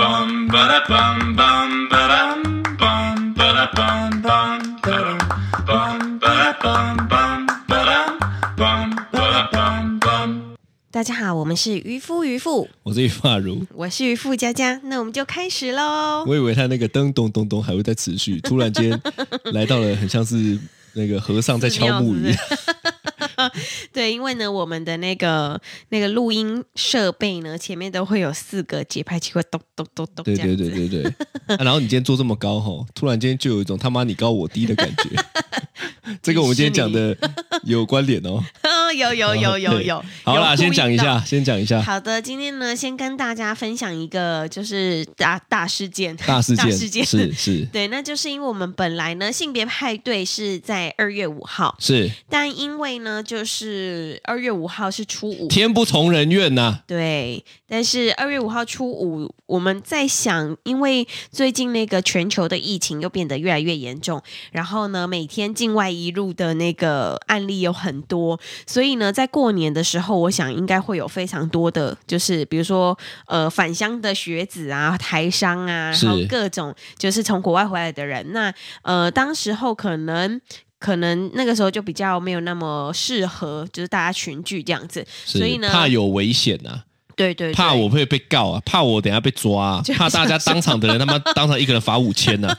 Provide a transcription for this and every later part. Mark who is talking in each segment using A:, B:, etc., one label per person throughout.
A: bum ba da bum bum ba dum bum ba da bum bum ba dum bum ba da bum bum ba dum bum ba da bum bum.
B: 大家好，我们是渔夫渔妇，
C: 我是玉发如，
B: 我是渔夫佳佳，那我们就开始喽。
C: 我以为他那个噔咚咚咚还会再持续，突然间来到了很像是那个和尚在敲木鱼
B: 寺庙，是对，因为呢，我们的那个那个录音设备呢，前面都会有四个节拍器会咚咚咚咚这
C: 对
B: 样子。
C: 对对对对。 啊然后你今天坐这么高吼，突然间就有一种他妈你高我低 的感觉。这跟我们今天讲的有关联 哦。
B: 有有有有
C: 对
B: 有。
C: 好
B: 有
C: 啦，
B: 呼
C: 先
B: 应
C: 讲一
B: 到
C: 下，先讲一下。
B: 好的，今天呢，先跟大家分享一个就是大大事件，
C: 大事件
B: 大事件
C: 是是
B: 对，那就是因为我们本来呢，性别派对是在二月五号，
C: 是，
B: 但因为呢，就是二月五号是初五，
C: 天不从人愿呐、
B: 对，但是二月五号初五，我们在想，因为最近那个全球的疫情又变得越来越严重，然后呢，每天境外移入的那个案例有很多，所以呢，在过年的时候，我想应该会有非常多的，就是比如说呃返乡的学子啊、台商啊，然后
C: 是
B: 各种就是从国外回来的人，那呃，当时候可能。可能那个时候就比较没有那么适合，就是大家群聚这样子，
C: 是
B: 所以呢
C: 怕有危险呐、
B: 对对对，
C: 怕我会被告啊，怕我等一下被抓、啊
B: 就，
C: 怕大家当场的人他妈当场一个人罚五 千呐。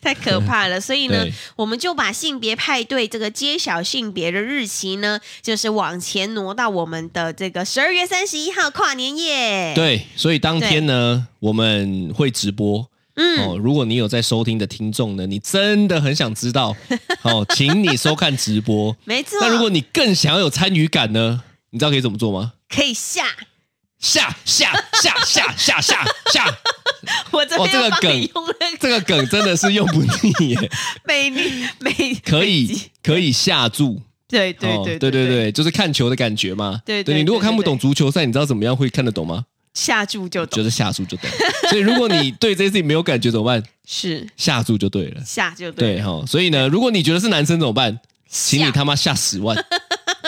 B: 太可怕了。所以呢
C: 对，
B: 我们就把性别派对这个揭晓性别的日期呢，就是往前挪到我们的这个十二月三十一号跨年夜。，
C: 对，所以当天呢，我们会直播。
B: 嗯，
C: 哦，如果你有在收听的听众呢，你真的很想知 道，哦，请你收看直播。
B: 没错。
C: 那如果你更想要有参与感呢，你知道可以怎么做吗？
B: 可以下，
C: 下下下下下下下，
B: 我这
C: 哦
B: 边
C: 这个
B: 又帮你
C: 梗
B: 用那个
C: 这个梗真的是用不腻 耶，
B: 美女
C: 哦
B: 美，
C: 可
B: 美
C: 以
B: 肌
C: 可以下注。
B: 对对
C: 哦
B: 对
C: 对
B: 对
C: 对，对，就是看球的感觉嘛。
B: 对对
C: 对，你如果
B: 对对
C: 看不懂
B: 对
C: 足球赛，你知道怎么样会看得懂吗？
B: 下注就
C: 就
B: 懂，
C: 是下注 就对。所以如果你对这件事情没有感觉怎么办？
B: 是
C: 下注就对了。
B: 下就对
C: 对
B: 了，
C: 哈、所以呢，如果你觉得是男生怎么办？请你
B: 下
C: 他妈下 十万。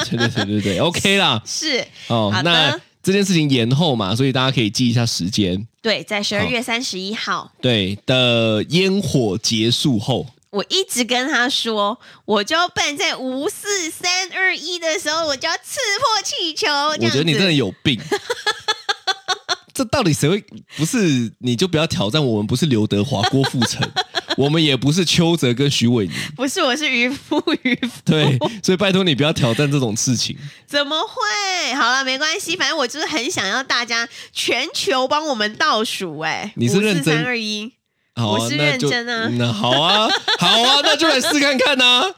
C: 对对对对对，OK 啦。
B: 是
C: 哦
B: 好的，
C: 那这件事情延后嘛，所以大家可以记一下时间。
B: 对，在十二月三十一号。
C: 对的，烟火结束后，
B: 我一直跟他说，我就要办在五四三二一的时候，我就要刺破气球。我
C: 我觉得你真的有病。 这到底谁会？不是你就不要挑战我们，不是刘德华、郭富 城，我们也不是邱泽跟徐伟宁，
B: 不是，我是渔夫，渔夫
C: 对，所以拜托你不要挑战这种事情。
B: 怎么会？好了，没关系，反正我就是很想要大家全球帮我们倒数、哎，
C: 你是认真
B: 三二一，
C: 好、啊，
B: 我是
C: 那就
B: 认真啊
C: 那好啊，好啊，那就来试看看啊呐、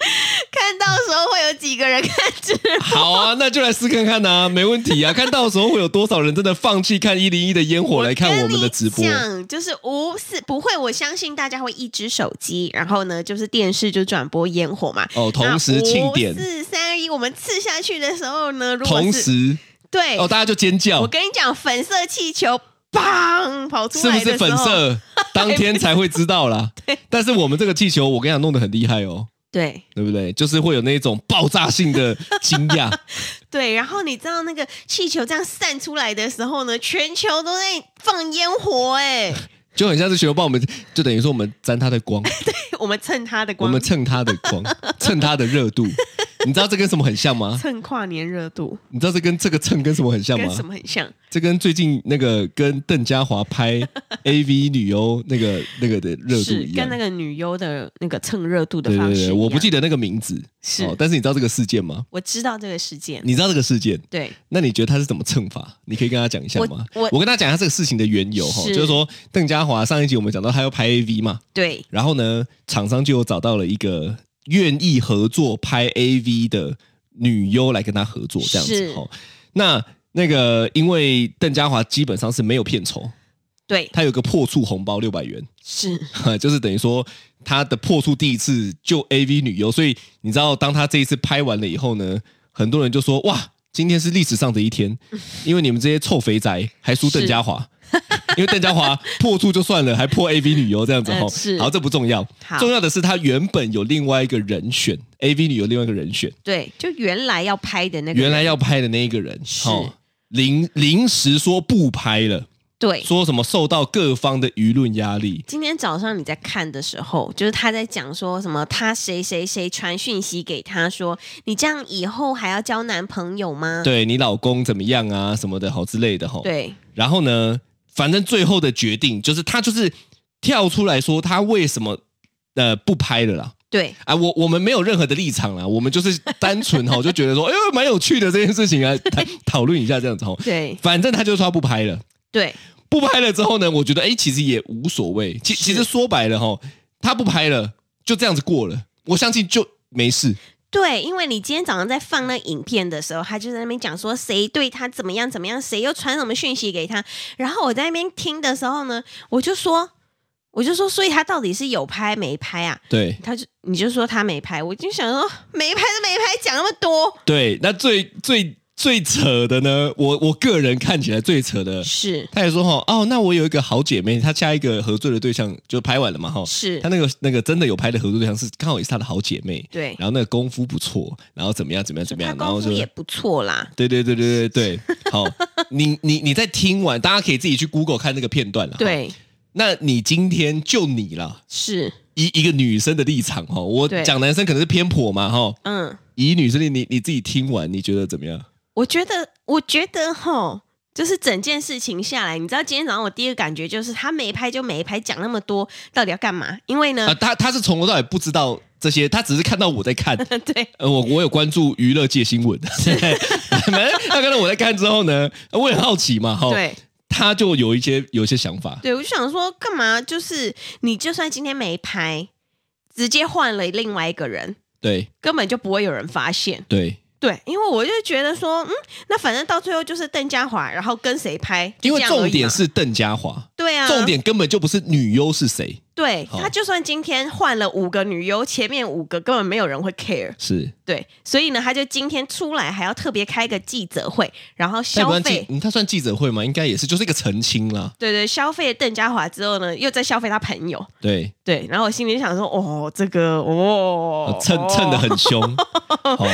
B: 看到时候会有几个人看直播？
C: 好啊，那就来试看看呐、没问题啊。看到时候会有多少人真的放弃看一零一的烟火来看我们的直播
B: 跟你？讲就是五四不会，我相信大家会一只手机，然后呢，就是电视就转播烟火嘛。
C: 哦，同时庆典
B: 五，四三二一，我们刺下去的时候呢，如果是
C: 同时
B: 对
C: 哦，大家就尖叫
B: 哎我，跟你讲，粉色气球砰跑出
C: 是不
B: 来的时候
C: 是粉？
B: 哎
C: 色？当天才会知 道啦。但是我们这个气球，我跟你讲，弄得很厉害哦，
B: 对
C: 对不对？就是会有那种爆炸性的惊讶，
B: 对，然后你知道那个气球这样散出来的时候呢，全球都在放烟火哎、
C: 就很像是学友帮我们，就等于说我们沾它的光。
B: 我们蹭它的
C: 我
B: 光，
C: 们蹭它的光，蹭它的 热度。你知道这跟什么很像吗？
B: 蹭跨年热度，
C: 你知道这跟这个蹭跟什么很像
B: 跟
C: 吗
B: 什？么很像？
C: 这跟最近那个跟邓家华 拍 AV 女优那个那个的热度
B: 是
C: 一样
B: 跟。那个女优的那个蹭热度的
C: 对
B: 方
C: 对
B: 式一
C: 对，
B: 样
C: 我不记得那个名字，哦
B: 是
C: 但是你知道这个事件吗？
B: 我知道这个事件，
C: 你知道这个事件，
B: 对
C: 那你觉得他是怎么蹭法？你可以跟他讲一下吗？
B: 我我
C: 跟他讲一下这个事情的缘由哈，
B: 是
C: 就是说邓家华上一集我们讲到他要拍 AV 嘛，
B: 对
C: 然后呢，厂商就有找到了一个愿意合作拍 AV 的女优来跟他合作，这样
B: 是
C: 子哈。哦那那个，因为邓家华基本上是没有片酬，
B: 对
C: 他有个破处红包六百元，
B: 是，
C: 就是等于说他的破处第一次就 AV 女优，所以你知道，当他这一次拍完了以后呢，很多人就说哇，今天是历史上的一 天，因为你们这些臭肥宅还输邓家华。因为邓 家华破处就算了，还破 AV 女优这样子哈、
B: 嗯是
C: 好，这不重要
B: 好，
C: 重要的是他原本有另外一个人选，AV 女优另外一个人选，
B: 对，就原来要拍的那个人，
C: 原来要拍的那一个人，
B: 是
C: 齁临临时说不拍了，
B: 对，
C: 说什么受到各方的舆论压力，
B: 今天早上你在看的时候，就是他在讲说什么，他谁谁谁传讯息给他说，你这样以后还要交男朋友吗？
C: 对你老公怎么样啊什么的，好之类的吼。
B: 对
C: 然后呢，反正最后的决定就是他就是跳出来说他为什么呃不拍了啦。
B: 对
C: 啊，我我们没有任何的立场啦，我们就是单纯哈，就 觉得说，哎呦，蛮有趣的这件事情啊， 讨讨论一下这样子哈。
B: 对
C: 反正他就说他不拍了，
B: 对
C: 不拍了之后呢，我觉得哎，其实也无所谓。其
B: 是
C: 其实说白了哈，他不拍了，就这样子过了，我相信就没事。
B: 对，因为你今天早上在放那影片的时候，他就在那边讲说谁对他怎么样怎么样，谁又传什么讯息给他。然后我在那边听的时候呢，我就说，我就说，所以他到底是有拍没拍啊？
C: 对
B: 他就你就说他没拍，我就想说没拍就没拍，讲那么多
C: 对，那最最最扯的呢，我我个人看起来最扯的
B: 是
C: 他也说哈，哦，那我有一个好姐妹，她下一个合作的对象就拍完了嘛哈，
B: 是
C: 她那个那个真的有拍的合作对象是刚好也是她的好姐妹，
B: 对，
C: 然后那个功夫不错，然后怎么样怎么样怎么
B: 他
C: 样，然后
B: 功
C: 就
B: 夫也不错啦。
C: 对对对对对对， 好，你你你在听完，大家可以自己去 Google 看那个片段了。，
B: 对，
C: 那你今天就你了，
B: 是，
C: 以一个女生的立场哈，我
B: 对
C: 讲男生可能是偏颇嘛哈，
B: 嗯，
C: 以女生的你你自己听完，你觉得怎么样？
B: 我觉得，我觉得吼，就是整件事情下来，你知道，今天早上我第一个感觉就是他没拍就没拍，讲那么多到底要干嘛？因为呢，
C: 啊，他他是从头到尾不知道这些，他只是看到我在看，
B: 对
C: 呃，我我有关注娱乐界新闻， 反正他看到我在看之后呢，我也很好奇嘛，哈，
B: 对
C: 他就有一些有一些想法，
B: 对，我就想说，干嘛？就是你就算今天没拍，直接换了另外一个人，
C: 对
B: 根本就不会有人发现。
C: 对，
B: 对，因为我就觉得说，嗯，那反正到最后就是邓家华，然后跟谁拍，就
C: 因为
B: 这样而已
C: 重点
B: 嘛
C: 是邓家华，
B: 对啊，
C: 重点哦根本就不是女优是谁，
B: 对
C: 好
B: 他就算今天换了五个女优，前面五个根本没有人会 care。
C: 是
B: 对，所以呢，他就今天出来还要特别开个记者会，然后
C: 他
B: 消
C: 不算记
B: 费，，
C: 嗯他算记者会嘛，应该也是，就是一个澄清啦，
B: 对对，消费邓家华之后呢，又在消费他朋友，
C: 对，
B: 对，然后我心里想说，哦，这个哦，
C: 呃蹭蹭的
B: 哦，
C: 很 凶，好。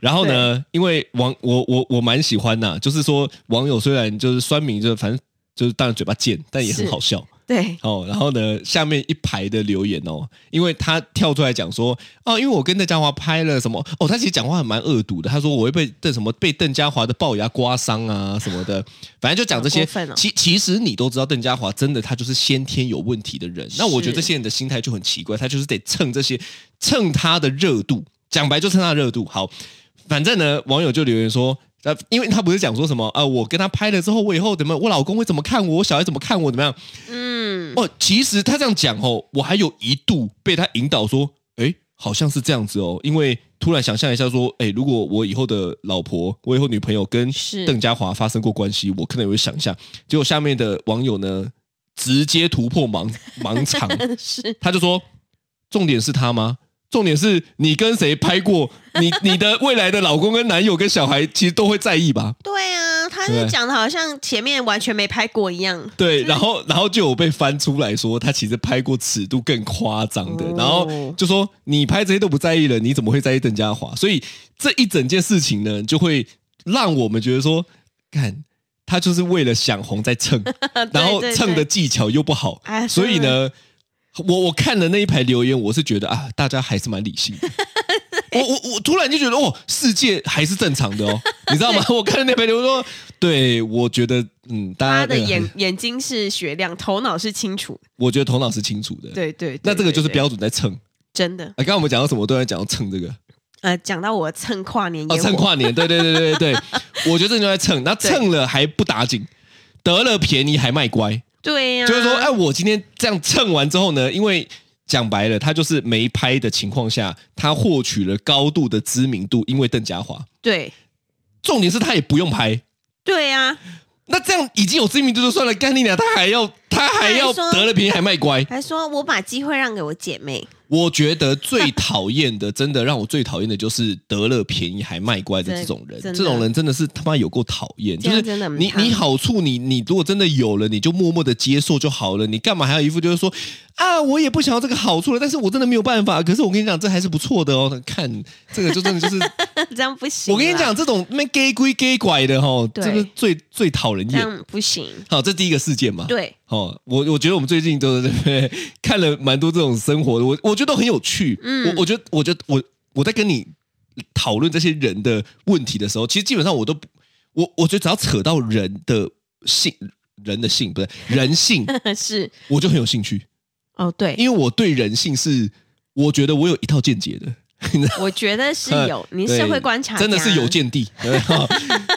C: 然后呢？因为网我我我蛮喜欢呐、就是说网友虽然就是酸民，就是反正就是当然嘴巴贱，但也很
B: 是
C: 好笑。
B: 对
C: 哦，然后呢，下面一排的留言哦，因为他跳出来讲说，哦，因为我跟邓家华拍了什么，哦，他其实讲话还蛮恶毒的，他说我会被邓什么被邓家华的龅牙刮伤啊什么的，反正就讲这
B: 好
C: 些。
B: 过分哦
C: 其其实你都知道，邓家华真的他就是先天有问题的人。那我觉得这些人的心态就很奇怪，他就是得蹭这些蹭他的热度，讲白就蹭他的热度。好，反正呢，网友就留言说。呃，因为他不是讲说什么啊、呃我跟他拍了之后，我以后怎么，我老公会怎么看我，我小孩怎么看我，怎么样？
B: 嗯，
C: 哦，其实他这样讲哦，我还有一度被他引导说，诶，好像是这样子哦，因为突然想象一下说，诶，如果我以后的老婆，我以后女朋友跟
B: 是
C: 邓家华发生过关系，我可能也会想一下。结果下面的网友呢，直接突破盲盲场，
B: 是
C: 他就说，重点是他吗？重点是你跟谁拍过？你你的未来的老公跟男友跟小孩，其实都会在意吧？
B: 对啊，他
C: 对
B: 是讲的好像前面完全没拍过一样，
C: 对，然后然后就有被翻出来说，他其实拍过尺度更夸张的，
B: 哦
C: 然后就说你拍这些都不在意了，你怎么会在意邓家华？所以这一整件事情呢，就会让我们觉得说，看他就是为了想红在蹭，然 后
B: 对对
C: 蹭的
B: 对
C: 技巧又不好，
B: 哎
C: 所以呢，我我看了那一排留言，我是觉得啊，大家还是蛮理 性的。我我我突然就觉得哦，世界还是正常的哦，你 知道吗？我看了那排留言说，对我觉得嗯，大家
B: 他的
C: 那个
B: 眼眼睛是雪亮，头脑是清楚，
C: 我觉得头脑是清楚的。，
B: 对对，对
C: 那这个
B: 对
C: 就是
B: 对
C: 标准在蹭。
B: 真的，
C: 啊，刚刚我们讲到什么？我突然讲到蹭 这个
B: 呃，讲到我蹭跨年
C: 哦，
B: 烟
C: 蹭
B: 火，
C: 跨年，对对对对 对对，我觉得这就在蹭。那蹭了还不打紧，得了便宜还卖乖，
B: 对啊呀、
C: 就是说，哎，我今天这样蹭完之后呢，因为。讲白了，他就是没拍的情况下，他获取了高度的知名度，因为邓家华。
B: 对
C: 重点是他也不用拍，
B: 对呀、
C: 那这样已经有知名度就算了，干你俩他还要他还要
B: 他还说
C: 得了便宜还卖乖，
B: 还说我把机会让给我姐妹，
C: 我觉得最讨厌的，真的让我最讨厌的就是得了便宜还卖乖的这种人。
B: 真的
C: 这种人真的是他妈有够讨厌，
B: 这
C: 就
B: 样
C: 是
B: 真的很
C: 你
B: 烫
C: 你好处你你如果真的有了，你就默默的接受就好了。你干嘛还要一副就是说啊，我也不想要这个好处了，但是我真的没有办法。可是我跟你讲，这还是不错的哦。看这个 就真的就是，
B: 这样不行。
C: 我跟你，讲，这种那 gay 归 gay 拐的哈，
B: 对
C: 真的最最讨人
B: 这
C: 厌。
B: 样不行。
C: 好，这第一个事件嘛。
B: 对，
C: 哦，我我觉得我们最近都看了蛮多这种生活的，我我觉得都很有趣。
B: 嗯
C: 我我觉得我觉得我我在跟你讨论这些人的问题的时候，其实基本上我都不我我觉得只要扯到人的性，人的性不是 人性，
B: 是
C: 我就很有兴趣，
B: 哦，对，
C: 因为我对人性是我觉得我有一套见解的。
B: 我觉得是有，您
C: 嗯对
B: 社会观察
C: 真的是
B: 家
C: 有 见地。哈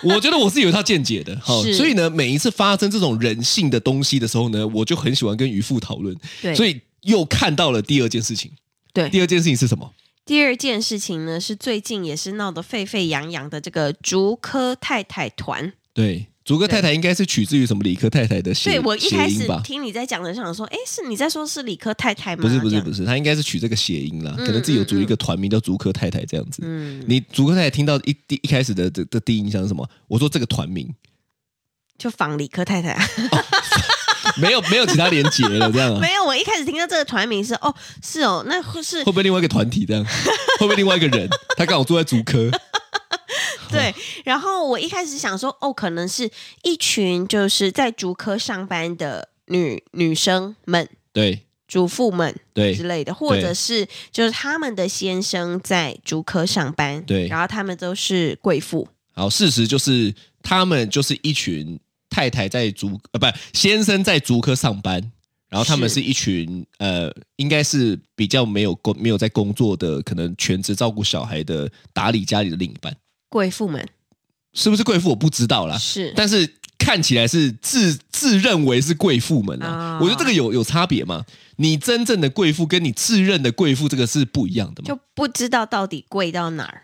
C: 我觉得我是有一套见解的，哈
B: 是。
C: 所以呢，每一次发生这种人性的东西的时候呢，我就很喜欢跟渔夫讨论。
B: 对，
C: 所以又看到了第二件事情。
B: 对
C: 第二件事情是什么？
B: 第二件事情呢，是最近也是闹得沸沸扬扬的这个竹科太太团。
C: 对，竹哥太太应该是取自于什么理科太太的谐
B: 对我一
C: 谐
B: 开
C: 音
B: 始
C: 吧？
B: 听啊你在讲的时候，想说，哎，是你在说是理科太太吗？
C: 不是不
B: 这
C: 是
B: 样
C: 不是，他应该是取这个谐音啦，
B: 嗯
C: 可能自己有组一个团名叫竹科太太这样子。
B: 嗯，
C: 你竹科太太听到一第一开始的的的第一印象是什么？我说这个团名
B: 就仿理科太啊太。
C: 没有没有其他连结了，这样 啊？
B: 没有，我一开始听到这个团名是，哦，是哦，那会是
C: 会不会另外一个团体这样？会不会另外一个人？他刚好坐在竹科，
B: 对，然后我一开始想说，哦，可能是一群就是在竹科上班的女女生们、
C: 对
B: 主妇们之
C: 对
B: 类的，或者
C: 对
B: 是就是他们的先生在竹科上班，
C: 对
B: 然后他们都是贵妇，
C: 好，事实就是他们就是一群太太在竹呃，不，先生在竹科上班，然后他们
B: 是
C: 是一群呃，应该是比较没有工没有在工作的，可能全职照顾小孩的，打理家里的另一半，
B: 贵妇们
C: 是不是贵妇我不知道啦，
B: 是
C: 啊但是看起来是自自认为是贵妇们啊，
B: 啊
C: 我觉得这个有有差别嘛，你真正的贵妇跟你自认的贵妇这个是不一样的嘛，
B: 就不知道到底贵到哪儿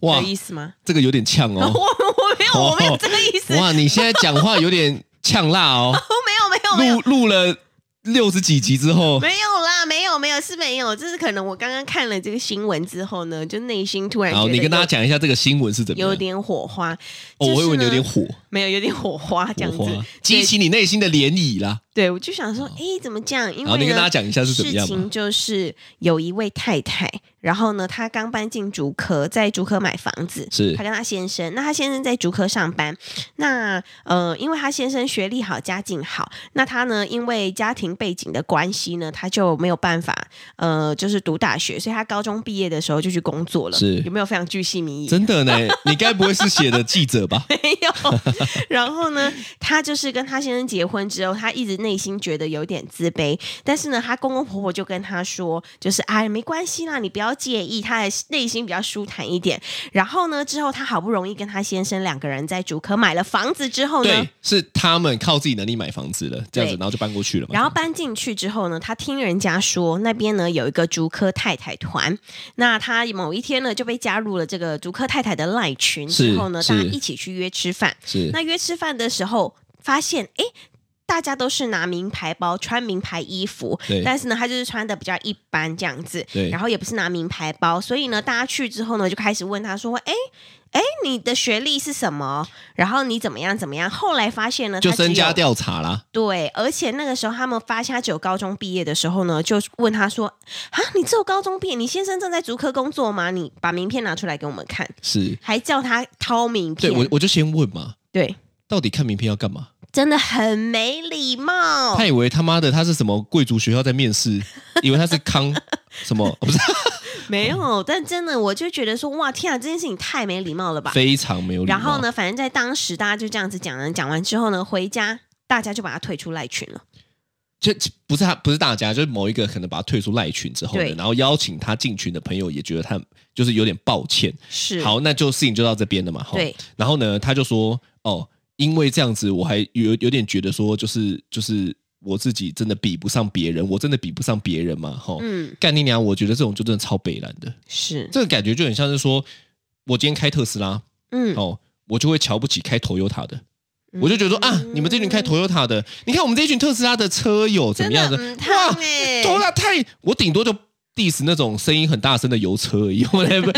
C: 哇
B: 的，意思吗？
C: 这个有点呛
B: 我
C: 哦，
B: 我没有我没有这个意思，
C: 哇，你现在讲话有点呛辣哦。
B: 都没有没有没有
C: 录录了六十几集之后，
B: 没有啦，没有没有是没有，就是可能我刚刚看了这个新闻之后呢，就内心突然
C: 然后
B: 觉得
C: 你跟大家
B: 有
C: 讲一下这个新闻是怎么样？
B: 有点火花，
C: 哦，我
B: 就是
C: 以为你有
B: 呢
C: 点火，
B: 没有有点火花这样
C: 火
B: 子
C: 花，激起你内心的涟漪啦。
B: 对对，我就想说，诶，怎么这样？因
C: 然后
B: 为
C: 你跟
B: 呢
C: 大家讲一下是怎么
B: 事
C: 样
B: 情
C: 嘛？
B: 就是有一位太太，然后呢，她刚搬进竹科，在竹科买房子，
C: 是
B: 她跟她先生。那她先生在竹科上班，那呃，因为她先生学历好，家境好，那她呢，因为家庭背景的关系呢，她就没有办法呃，就是读大学，所以她高中毕业的时候就去工作了。
C: 是
B: 有没有非常巨细靡遗？
C: 真的呢， 你该不会是写的记 者吧？
B: 没有。然后呢，她就是跟她先生结婚之后，她一直内心觉得有点自卑，但是呢，她公公婆婆就跟她说，就是哎，没关系啦，你不要介意，她的内心比较舒坦一点。然后呢，之后她好不容易跟她先生两个人在竹科买了房子之后呢
C: 对。，是他们靠自己能力买房子了，这样子，
B: 啊对
C: 然后就搬过去了嘛。
B: 然后搬进去之后呢，她听人家说那边呢有一个竹科太太团，那她某一天呢就被加入了这个竹科太太的赖群之
C: 是
B: 后呢，
C: 是
B: 大家一起去约吃饭，
C: 是
B: 那约吃饭的时候发现，哎。大家都是拿名牌包，穿名牌衣服
C: 对，
B: 但是呢，他就是穿的比较一般这样子，
C: 对
B: 然后也不是拿名牌包，所以呢，大家去之后呢，就开始问他说，哎哎，你的学历是什么？然后你怎么样怎么样？后来发现呢，
C: 就
B: 他只有
C: 身家调查啦。
B: 对，而且那个时候他们发现他只有高中毕业的时候呢，就问他说：“啊，你只有高中毕业，你先生正在足科工作吗？你把名片拿出来给我们看，
C: 是，
B: 还叫他掏名
C: 对
B: 片。
C: 我我就先问嘛，
B: 对
C: 到底看名片要干嘛？
B: 真的很没礼貌
C: 他。以为他妈的他是什么贵族学校在面试，以为他是康什么？哦不是，
B: 没有，但真的我就觉得说，哇，天啊，这件事情太没礼貌了吧。
C: 非常没有礼貌。
B: 然后呢，反正在当时大家就这样子讲了，讲完之后呢，回家大家就把他退出赖群了。
C: 就就不是他，不是大家，就是某一个可能把他退出赖群之后呢
B: 对，
C: 然后邀请他进群的朋友也觉得他就是有点抱歉。
B: 是，
C: 好，那就事情就到这边了嘛。齁
B: 对。
C: 然后呢，他就说：“哦，因为这样子，我还有有点觉得说，就是就是我自己真的比不上别人，我真的比不上别人嘛。哈、
B: 嗯，
C: 干你娘！我觉得这种就真的超北蓝的，
B: 是，
C: 这个感觉就很像是说，我今天开特斯拉
B: 嗯
C: 哦，我就会瞧不起开 Toyota 的。
B: 嗯
C: 我就觉得说啊，你们这群开 Toyota 的，你看我们这群特斯拉的车友怎么样的？
B: 真的很
C: 哇
B: 烫欸
C: ，Toyota 太，我顶多就 diss 那种声音很大声的油车而 已，whatever。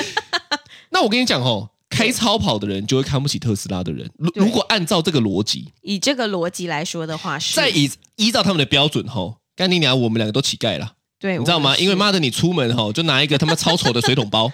C: 那我跟你讲哦，开超跑的人就会看不起特斯拉的人。如
B: 对
C: 如果按照这个逻辑，
B: 以这个逻辑来说的话，是
C: 再以依照他们的标准吼，干你娘，我们两个都乞丐啦，
B: 对，
C: 你知道
B: 我
C: 吗？
B: 们
C: 因为
B: 是
C: 妈的，你出门吼就拿一个他妈超丑的水桶 包，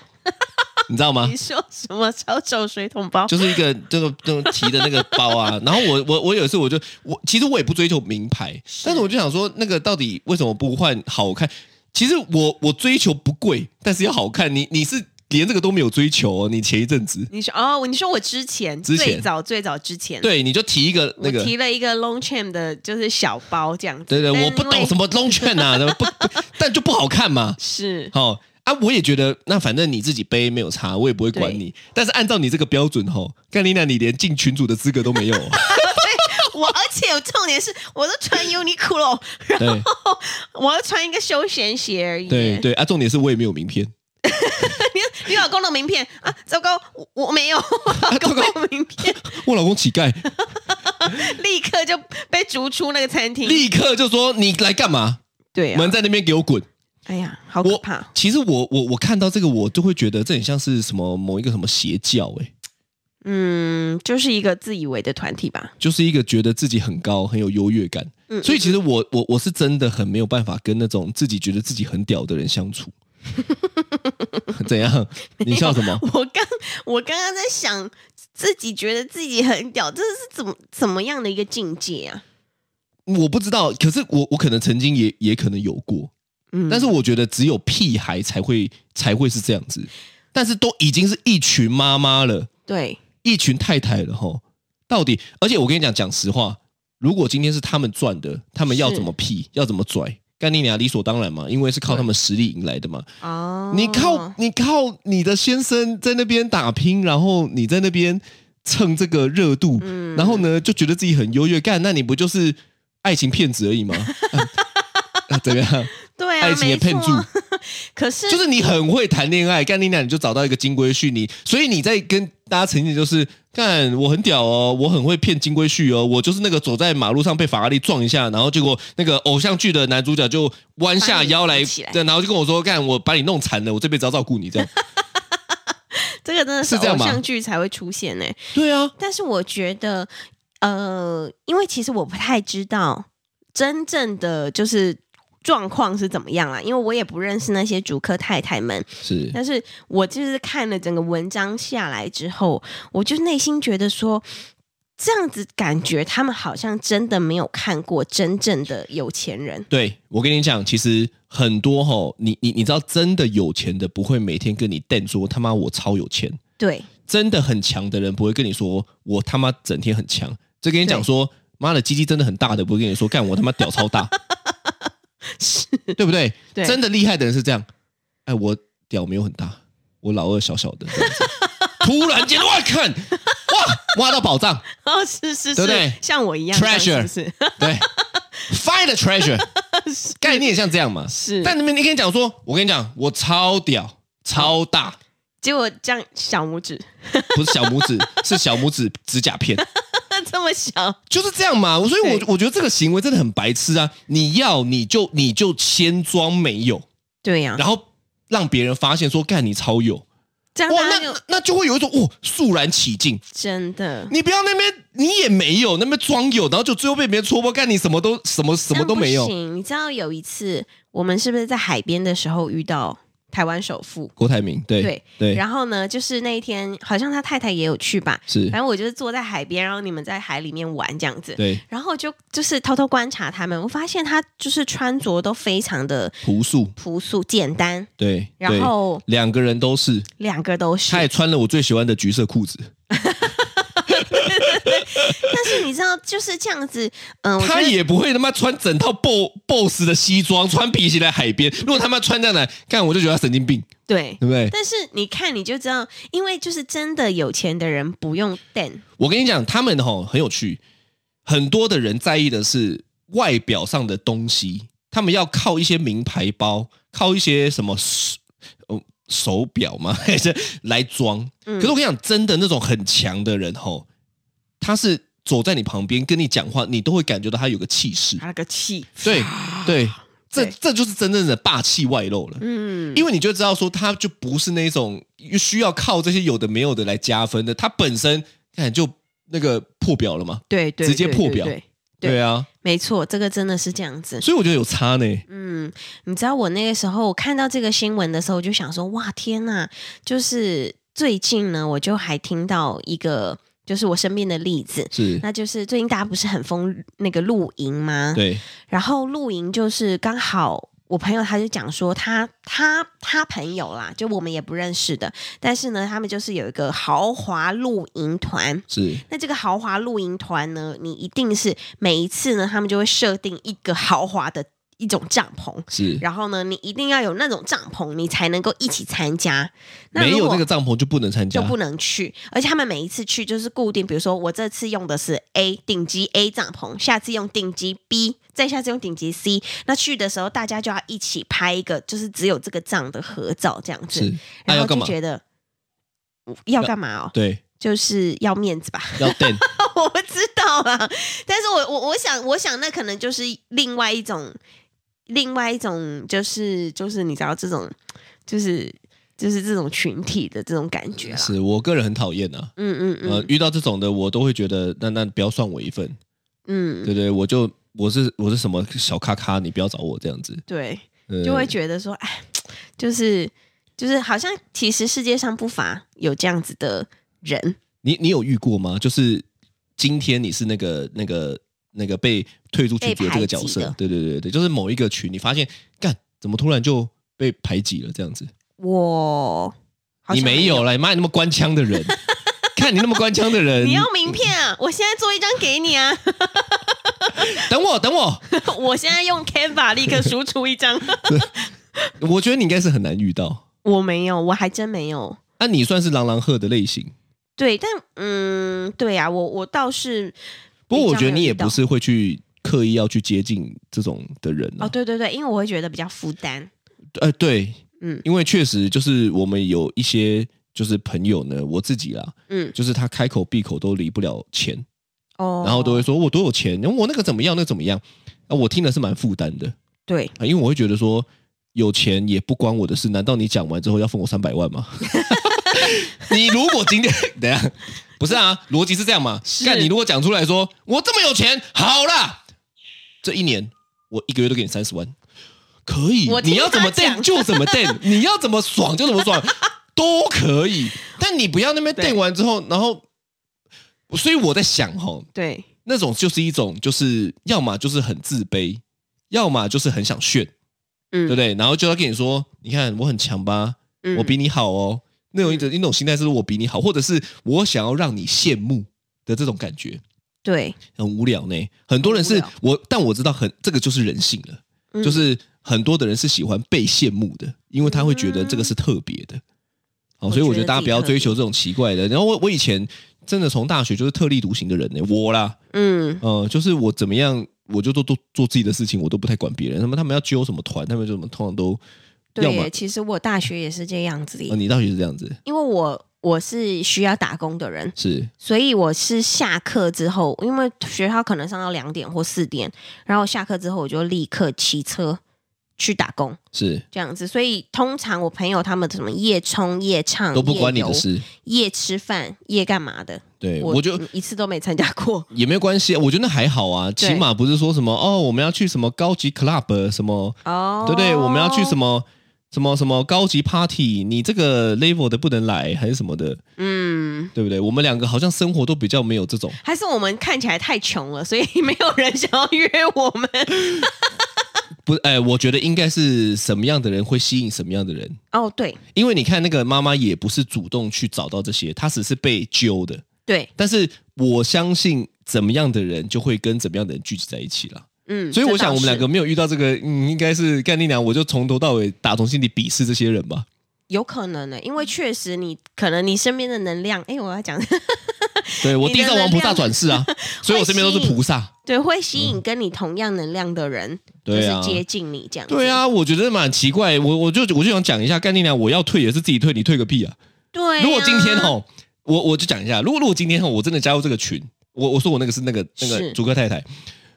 C: 你知道吗
B: 你？说什么小手水桶包？
C: 就是一个这个这种提的那个包啊。然后我 我我有一次我就我其实我也不追求名牌，但是我就想说那个到底为什么不换好看？其实我我追求不贵，但是要好看。你你是连这个都没有追求、哦，你前一阵子
B: 你说哦，你说我之前
C: 之前
B: 最早最早之前，
C: 对你就提一个那
B: 我
C: 个。
B: 提了一个 long chain 的，就是小包这样子。
C: 对对，
B: 但
C: 我不
B: 因为
C: 懂什么龙券 呐，怎么不不，但就不好看嘛。
B: 是
C: 好、哦、啊，我也觉得，那反正你自己背没有差，我也不会管你。但是按照你这个标准吼、干你娜，你连进群组的资格都没有哦、
B: 我，而且重点是，我都穿 Uniqlo，
C: 对
B: 我要穿一个休闲鞋而已。
C: 对，对啊，重点是我也没有名片。
B: 你你老公的名片啊，糟糕，我我没
C: 啊
B: 有，我老公没有名 片，
C: 我老公乞 丐，
B: 立刻就被逐出那个餐厅。
C: 立刻就说你来干嘛？
B: 对啊
C: 门，在那边给我滚！
B: 哎呀，好可
C: 我
B: 怕。
C: 其实我我我看到这个，我就会觉得这很像是什么某一个什么邪教、欸，
B: 嗯，就是一个自以为的团体吧。
C: 就是一个觉得自己很高很有优越感。
B: 嗯，
C: 所以其实我我我是真的很没有办法跟那种自己觉得自己很屌的人 相处。怎样？你笑什么？
B: 我刚我刚刚在想，自己觉得自己很屌，这是怎么怎么样的一个境界啊？
C: 我不知道，可是我我可能曾经也也可能有过，
B: 嗯，
C: 但是我觉得只有屁孩才会才会是这样子，但是都已经是一群妈妈了。
B: 对，
C: 一群太太了吼，到底？而且我跟你讲，讲实话，如果今天是他们赚的，他们要
B: 是
C: 怎么屁，要怎么拽，干你娘，理所当然嘛，因为是靠他们实力赢来的嘛。
B: 哦，
C: 你靠你靠你的先生在那边打拼，然后你在那边蹭这个热度，
B: 嗯
C: 然后呢就觉得自己很优越，干，那你不就是爱情骗子而已吗？啊怎么样？
B: 对啊，
C: 爱情的骗
B: 没
C: 注
B: 错啊。可是
C: 就是你很会谈恋爱，干你娘你就找到一个金龟婿，你所以你在跟大家呈现就是干我很屌哦，我很会骗金龟婿哦，我就是那个走在马路上被法拉利撞一下，然后结果那个偶像剧的男主角就弯下腰
B: 把
C: 来
B: 你扶起来，
C: 对，然后就跟我说干我把你弄残了，我这辈子要照顾你这样。
B: 这个真的是
C: 是这样
B: 偶
C: 吗
B: 像剧才会出现呢、
C: 对啊，
B: 但是我觉得，呃，因为其实我不太知道真正的就是状况是怎么样啦，因为我也不认识那些主客太太们。
C: 是
B: 但是我就是看了整个文章下来之后，我就内心觉得说，这样子感觉他们好像真的没有看过真正的有钱人。
C: 对我跟你讲，其实很多吼，你你你知道真的有钱的不会每天跟你瞪说他妈我超有钱，
B: 对，
C: 真的很强的人不会跟你说我他妈整天很强，就跟你讲
B: 对
C: 说妈的鸡鸡真的很大的不会跟你说干我他妈屌超 大，对不对？
B: 对
C: 真的厉害的人是这样，哎，我屌没有很大，我老二小小的，这样子突然间哇看哇挖到宝藏，
B: 哦，是是是，
C: 对不对
B: 像我一样这样
C: Treasure
B: 是
C: 对，find a treasure，概念像这样嘛
B: 不，是？是，
C: 但你们你跟你讲说，我跟你讲我超屌超大，
B: 结果这样小拇指
C: 不是小拇指是小拇指指甲片。
B: 这么小，
C: 就是这样嘛，所以
B: 对
C: 我我觉得这个行为真的很白痴啊！你要你就你就先装没有，
B: 对呀、
C: 然后让别人发现说干你超有，哇，
B: 这样大
C: 那
B: 家就
C: 那那就会有一种哦肃然起敬。
B: 真的
C: 你不要那边你也没有，那边装有，然后就最后被别人戳破，干你什么都什么什么都没
B: 这
C: 有。
B: 嗯样不行，你知道有一次我们是不是在海边的时候遇到台湾首富？
C: 郭台铭对
B: 对
C: 对
B: 然后呢，就是那一天好像他太太也有去吧，
C: 是
B: 反，正我就是坐在海边，然后你们在海里面玩这样子。
C: 对
B: 然后就就是偷偷观察他们，我发现他就是穿着都非常的
C: 朴素
B: 朴素简单，
C: 对，
B: 然后
C: 对两个人都是，
B: 两个都
C: 他也
B: 是。
C: 穿了我最喜欢的橘色裤子，
B: 但是你知道就是这样子，嗯、我觉
C: 他
B: 得
C: 也不会他妈穿整套 bo- boss 的西装，穿皮鞋来海边。如果他妈穿这样来，干我就觉得他神经病，
B: 对。
C: 对不对？
B: 但是你看你就知道，因为就是真的有钱的人不用等，
C: 我跟你讲，他们吼很有趣，很多的人在意的是外表上的东西，他们要靠一些名牌包，靠一些什么手呃手表嘛， 还是来装。
B: 嗯
C: 可是我跟你讲，真的那种很强的人吼，他是走在你旁边跟你讲话，你都会感觉到他有个气势。
B: 他那个气，
C: 对对，这
B: 对
C: 这就是真正的霸气外露了。
B: 嗯，
C: 因为你就知道说，他就不是那种需要靠这些有的没有的来加分的，他本身看就那个破表了嘛。
B: 对对，
C: 直接
B: 对
C: 破
B: 对
C: 表
B: 对，对
C: 对啊，
B: 没错，这个真的是这样子。
C: 所以我觉得有差呢。
B: 嗯，你知道我那个时候我看到这个新闻的时候，我就想说，哇，天呐！就是最近呢，我就还听到一个，就是我身边的例子，
C: 是，
B: 那就是最近大家不是很疯那个露营吗？
C: 对，
B: 然后露营就是刚好我朋友他就讲说他他他朋友啦，就我们也不认识的，但是呢，他们就是有一个豪华露营团。
C: 是，
B: 那这个豪华露营团呢，你一定是每一次呢，他们就会设定一个豪华的一种帐篷，
C: 是，
B: 然后呢，你一定要有那种帐篷，你才能够一起参加。那
C: 没
B: 如
C: 有
B: 果
C: 那个帐篷就不能参加
B: 就。不能去，而且他们每一次去就是固定，比如说我这次用的是 A 顶级 A 帐篷，下次用顶级 B，再下次用顶级 C。那去的时候大家就要一起拍一个，就是只有这个帐的合照这样
C: 是
B: 子，，
C: 那
B: 然
C: 要
B: 后就
C: 干嘛？
B: 觉得我要干嘛哦，
C: 对，
B: 就是要面子吧。
C: 要 den，
B: 我不知道啊，但是我我我想，我想那可能就是另外一种，另外一种就是就是你知道这种，就是就是这种群体的这种感觉啦。
C: 是我个人很讨厌啊。
B: 啊嗯嗯
C: 呃，
B: 嗯
C: 遇到这种的，我都会觉得，那那不要算我一份，
B: 嗯，
C: 对对，我就我是我是什么小咖咖，你不要找我这样子，
B: 对，
C: 呃
B: 就会觉得说，哎，就是就是好像其实世界上不乏有这样子的人，
C: 你你有遇过吗？就是今天你是那个那个那个被退出群组的这个角色
B: 被排挤的，
C: 对对对对，就是某一个群，你发现干怎么突然就被排挤了这样子，
B: 我好像
C: 你没有
B: 了。
C: 了，你妈你那么官腔的人， 看你那么官腔的人，
B: 你要名片 啊！我现在做一张给你啊！
C: 等我等我，
B: 我现在用 Canva 立刻输出一张。
C: 我觉得你应该是很难遇到。
B: 我没有，我还真没有。
C: 那、你算是狼狼赫的类型，
B: 对，但嗯，对啊，我我倒是
C: 不过我觉
B: 比较没
C: 得
B: 有
C: 你也
B: 遇到
C: 不是会去刻意要去接近这种的人、啊、
B: 哦，对对对，因为我会觉得比较负担。
C: 呃，对，
B: 嗯
C: 因为确实就是我们有一些就是朋友呢，我自己啦，
B: 嗯，
C: 就是他开口闭口都离不了钱，
B: 哦，
C: 然后都会说我多有钱，我那个怎么样，那个怎么样，啊，我听了是蛮负担的
B: 对，
C: 啊，因为我会觉得说有钱也不关我的事，难道你讲完之后要分我三百万吗？ 你如果今天等一下不是啊，逻辑是这样嘛？
B: 是
C: 干你如果讲出来说我这么有钱，好啦，这一年我一个月都给你三十万，可以
B: 我，听
C: 你要怎么
B: 他讲
C: 定就怎么定，你要怎么爽就怎么爽， 都可以。但你不要那边
B: 对
C: 定完之后，然后，所以我在想哈，
B: 对，
C: 那种就是一种就是要么就是很自卑，要么就是很想炫，
B: 嗯，
C: 对不对？然后就要跟你说，你看我很强吧，
B: 嗯
C: 我比你好哦。那种一种一种心态是我比你好，或者是我想要让你羡慕的这种感觉，
B: 对，
C: 很无聊呢。很多人
B: 很
C: 是
B: 无聊
C: 我，但我知道很这个就是人性了，
B: 嗯
C: 就是很多的人是喜欢被羡慕的，因为他会觉得这个是特别的。好，所以我觉得大家不要追求这种奇怪的。然后我我以前真的从大学就是特立独行的人呢，我啦，
B: 嗯
C: 呃，就是我怎么样，我就都都做自己的事情，我都不太管别人。他们他们要揪什么团，他们就什么通常都要
B: 对
C: 么
B: 耶。其实我大学也是这样子的，
C: 呃，你大学是这样子，
B: 因为我我是需要打工的人，
C: 是
B: 所以我是下课之后，因为学校可能上到两点或四点，然后下课之后我就立刻骑车去打工。
C: 是
B: 这样子，所以通常我朋友他们什么夜冲、夜唱
C: 都不关你
B: 夜
C: 的
B: 游嗯
C: 事。
B: 夜吃饭、夜干嘛的，
C: 对，我就
B: 一次都没参加过。
C: 也没有关系，我觉得那还好啊。
B: 对
C: 起码不是说什么哦，我们要去什么高级 club 什么，
B: 哦，
C: 对不对？我们要去什
B: 么？
C: 么什么什么高级 party，你这个 level 的不能来，还是什么的，
B: 嗯，
C: 对不对？我们两个好像生活都比较没有这种。
B: 还是我们看起来太穷了，所以没有人想要约我 们。
C: 不，哎，我觉得应该是什么样的人会吸引什么样的人。
B: 哦，对
C: 因为你看那个妈妈也不是主动去找到这些，她只是被揪的。
B: 对，
C: 但是我相信怎么样的人就会跟怎么样的人聚集在一起了。
B: 嗯，
C: 所以我想我们两
B: 这倒
C: 个
B: 是
C: 没有遇到这个，嗯，应该是干你娘，我就从头到尾打从心底鄙视这些人吧。
B: 有可能呢、因为确实你可能你身边的能量，哎，我要讲
C: 对我地藏王菩萨转世啊，所以我身边都是菩萨。
B: 对，会吸引跟你同样能量的人，
C: 对
B: 就
C: 啊
B: 是接近你这样子。
C: 对，啊，我觉得蛮奇怪，我我就我就想讲一下，干你娘，我要退也是自己退，你退个屁啊！
B: 对啊。
C: 如果今天哦，我我就讲一下，如果如果今天哦，我真的加入这个群，我我说我那个是那个那个
B: 是
C: 主客太太，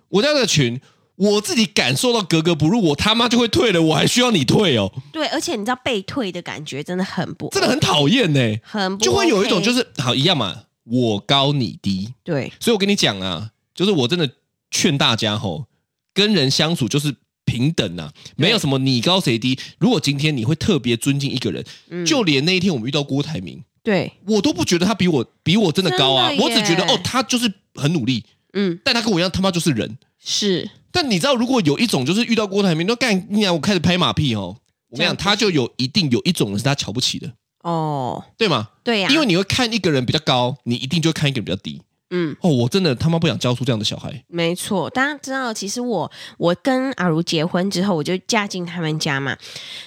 C: 我在那个群，我自己感受到格格不入，我他妈就会退了，我还需要你退哦，
B: 对，而且你知道被退的感觉真的很不，
C: 真的很讨厌呢、
B: 很不、
C: 就会有一种就是是好一样嘛，我高你低，
B: 对
C: 所以我跟你讲啊，就是我真的劝大家吼，跟人相处就是平等啊，没有什么你高谁低。如果今天你会特别尊敬一个人，
B: 嗯
C: 就连那一天我们遇到郭台铭，
B: 对，
C: 我都不觉得他比我比我真的高啊，
B: 真的
C: 我
B: 耶
C: 只觉得哦，他就是很努力，
B: 嗯，
C: 但他跟我一样他妈就是人。
B: 是
C: 但你知道，如果有一种就是遇到郭台铭，都干你啊俩，我开始拍马屁哦。我跟你
B: 这样
C: 讲，
B: 不
C: 他就有一定有一种人是他瞧不起的，
B: 哦，
C: 对吗？
B: 对呀、
C: 因为你会看一个人比较高，你一定就会看一个人比较低。
B: 嗯。
C: 哦，我真的他妈不想教出这样的小孩。
B: 没错，大家知道，其实我我跟阿如结婚之后，我就嫁进他们家嘛。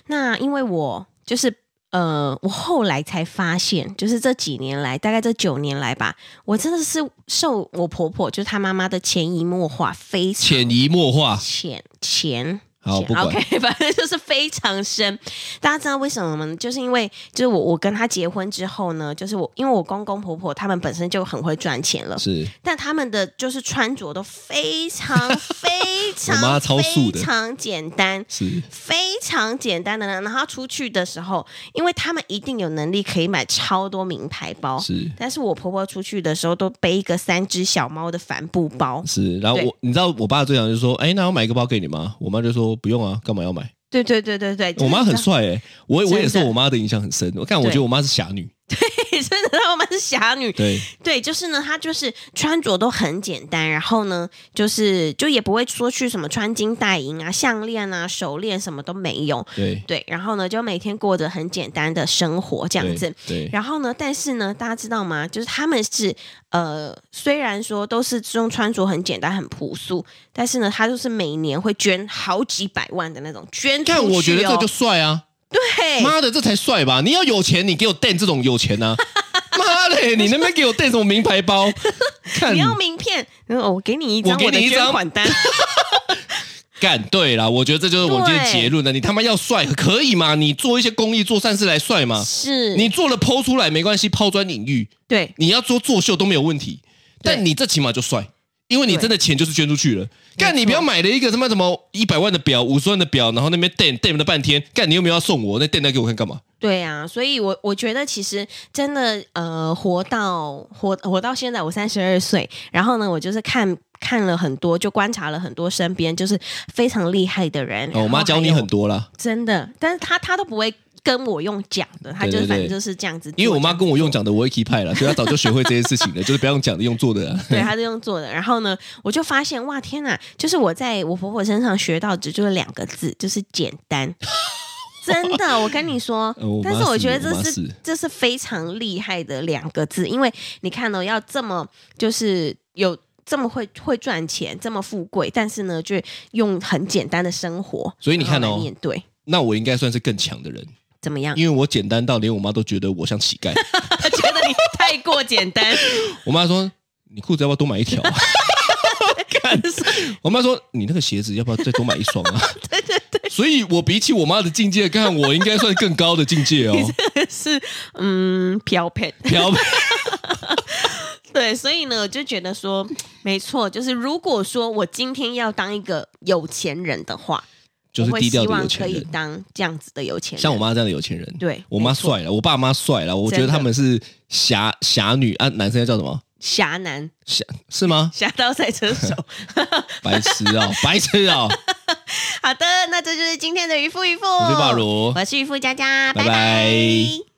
B: 那因为我就是呃，我后来才发现，就是这几年来，大概这九年来吧，我真的是受我婆婆就是她妈妈的潜移默化，非常
C: 潜移 默化，
B: 浅浅。
C: 好
B: 浅
C: 不管
B: OK，反 正就是非常深。大家知道为什么吗？就是因为就是我我跟他结婚之后呢，就是我因为我公公婆婆他们本身就很会赚钱了，
C: 是
B: 但他们的就是穿着都非 常非常
C: 我妈超素的
B: 非常简单，
C: 是，
B: 非常简单的呢。然后出去的时候，因为他们一定有能力可以买超多名牌包，
C: 是
B: 但是我婆婆出去的时候都背一个三只小猫的帆布包。
C: 是。然后
B: 对
C: 我，你知道我爸最想就是说，哎，那我买一个包给你吗？我妈就说不用啊，干嘛要买？
B: 对对对对对，
C: 我妈很帅哎、我我也
B: 真
C: 受
B: 的
C: 我妈的影响很深。我看，我
B: 对
C: 觉得我妈是侠女，
B: 就是，真的他们是侠女。
C: 对，
B: 对，就是呢，她就是穿着都很简单，然后呢，就是就也不会说去什么穿金戴银啊、项链啊、手链什么都没有。
C: 对，
B: 对，然后呢，就每天过着很简单的生活这样子。
C: 对，对，
B: 然后呢，但是呢，大家知道吗？就是他们是呃，虽然说都是这种穿着很简单、很朴素，但是呢，他就是每年会捐好几百万的那种捐出去、哦。哎
C: 看，我觉得这就帅啊！
B: 对，
C: 妈的，这才帅吧！你要有钱，你给我垫这种有钱 啊！妈的，你能不能给我垫什么名牌包？看
B: 你要名片，然后我给你一张
C: 我给
B: 的
C: 你一张
B: 捐款 单。
C: 干对啦，我觉得这就是我们今天
B: 对
C: 结论了。啊你他妈要帅可以吗？你做一些公益、做善事来帅吗？
B: 是，
C: 你做了剖出来没关系，抛砖引玉，
B: 对
C: 你要做作秀都没有问题，
B: 对
C: 但你这起码就帅，因为你
B: 对
C: 真的钱就是捐出去了。干
B: 没错
C: 你不要买了一个什么什么一百万的表、五十万的表，然后那边垫垫了半天，干你又没有要送我，那垫那给我看干嘛？
B: 对啊，所以我我觉得其实真的呃，活到活活到现在，我三十二岁，然后呢，我就是看看了很多，就观察了很多身边就是非常厉害的人。
C: 哦，我妈
B: 然后还
C: 教你
B: 有
C: 很多啦，
B: 真的，但是她她都不会跟我用讲的，她
C: 对
B: 就是
C: 对
B: 反正
C: 对
B: 就是这样子做
C: 因为我
B: 这
C: 妈
B: 样
C: 跟我用讲的，我会 keep 派了，所以她早就学会这些事 情了，就是不要用讲的，用做的啊。
B: 对，他是用做的。然后呢，我就发现哇，天哪！就是我在我婆婆身上学到只就是两个字，就是简 单。真的，我跟你说
C: 呃我，妈
B: 但是我
C: 是
B: 觉得
C: 我
B: 这
C: 妈
B: 是
C: 是
B: 这是非常厉害的两个字，因为你看哦，要这么就是有这么会会赚钱，这么富贵，但是呢，就用很简单的生活，
C: 所以你
B: 然后
C: 看哦
B: 来面对
C: 那我应该算是更强的人，
B: 怎么样？
C: 因为我简单到连我妈都觉得我像乞丐。
B: 觉得你太过简 单，
C: 我妈说：“你裤子要不要多买一条、 啊？”看，我妈说：“你那个鞋子要不要再多买一双 啊？”对对对。所以，我比起我妈的境界，看我应该算更高的境界哦。
B: 是嗯飘配。
C: 飘，
B: 对，所以呢，我就觉得说，没错，就是如果说我今天要当一个有钱人的话，
C: 就是
B: 我会
C: 低调
B: 希
C: 的
B: 望
C: 有
B: 可
C: 钱
B: 以
C: 人，
B: 当这样子的有钱人。
C: 像我妈这样的有钱人。
B: 对
C: 我妈
B: 没错
C: 帅了，我爸妈帅了，我觉得
B: 真的
C: 他们是侠侠女啊，男生要叫什么？
B: 侠男
C: 侠是吗？
B: 侠盗赛车 手。
C: 白痴啊、 白痴啊、
B: 好的，那这就是今天的渔夫渔夫，哦
C: 我是鲍如
B: 我是渔夫佳佳，
C: 拜拜
B: 拜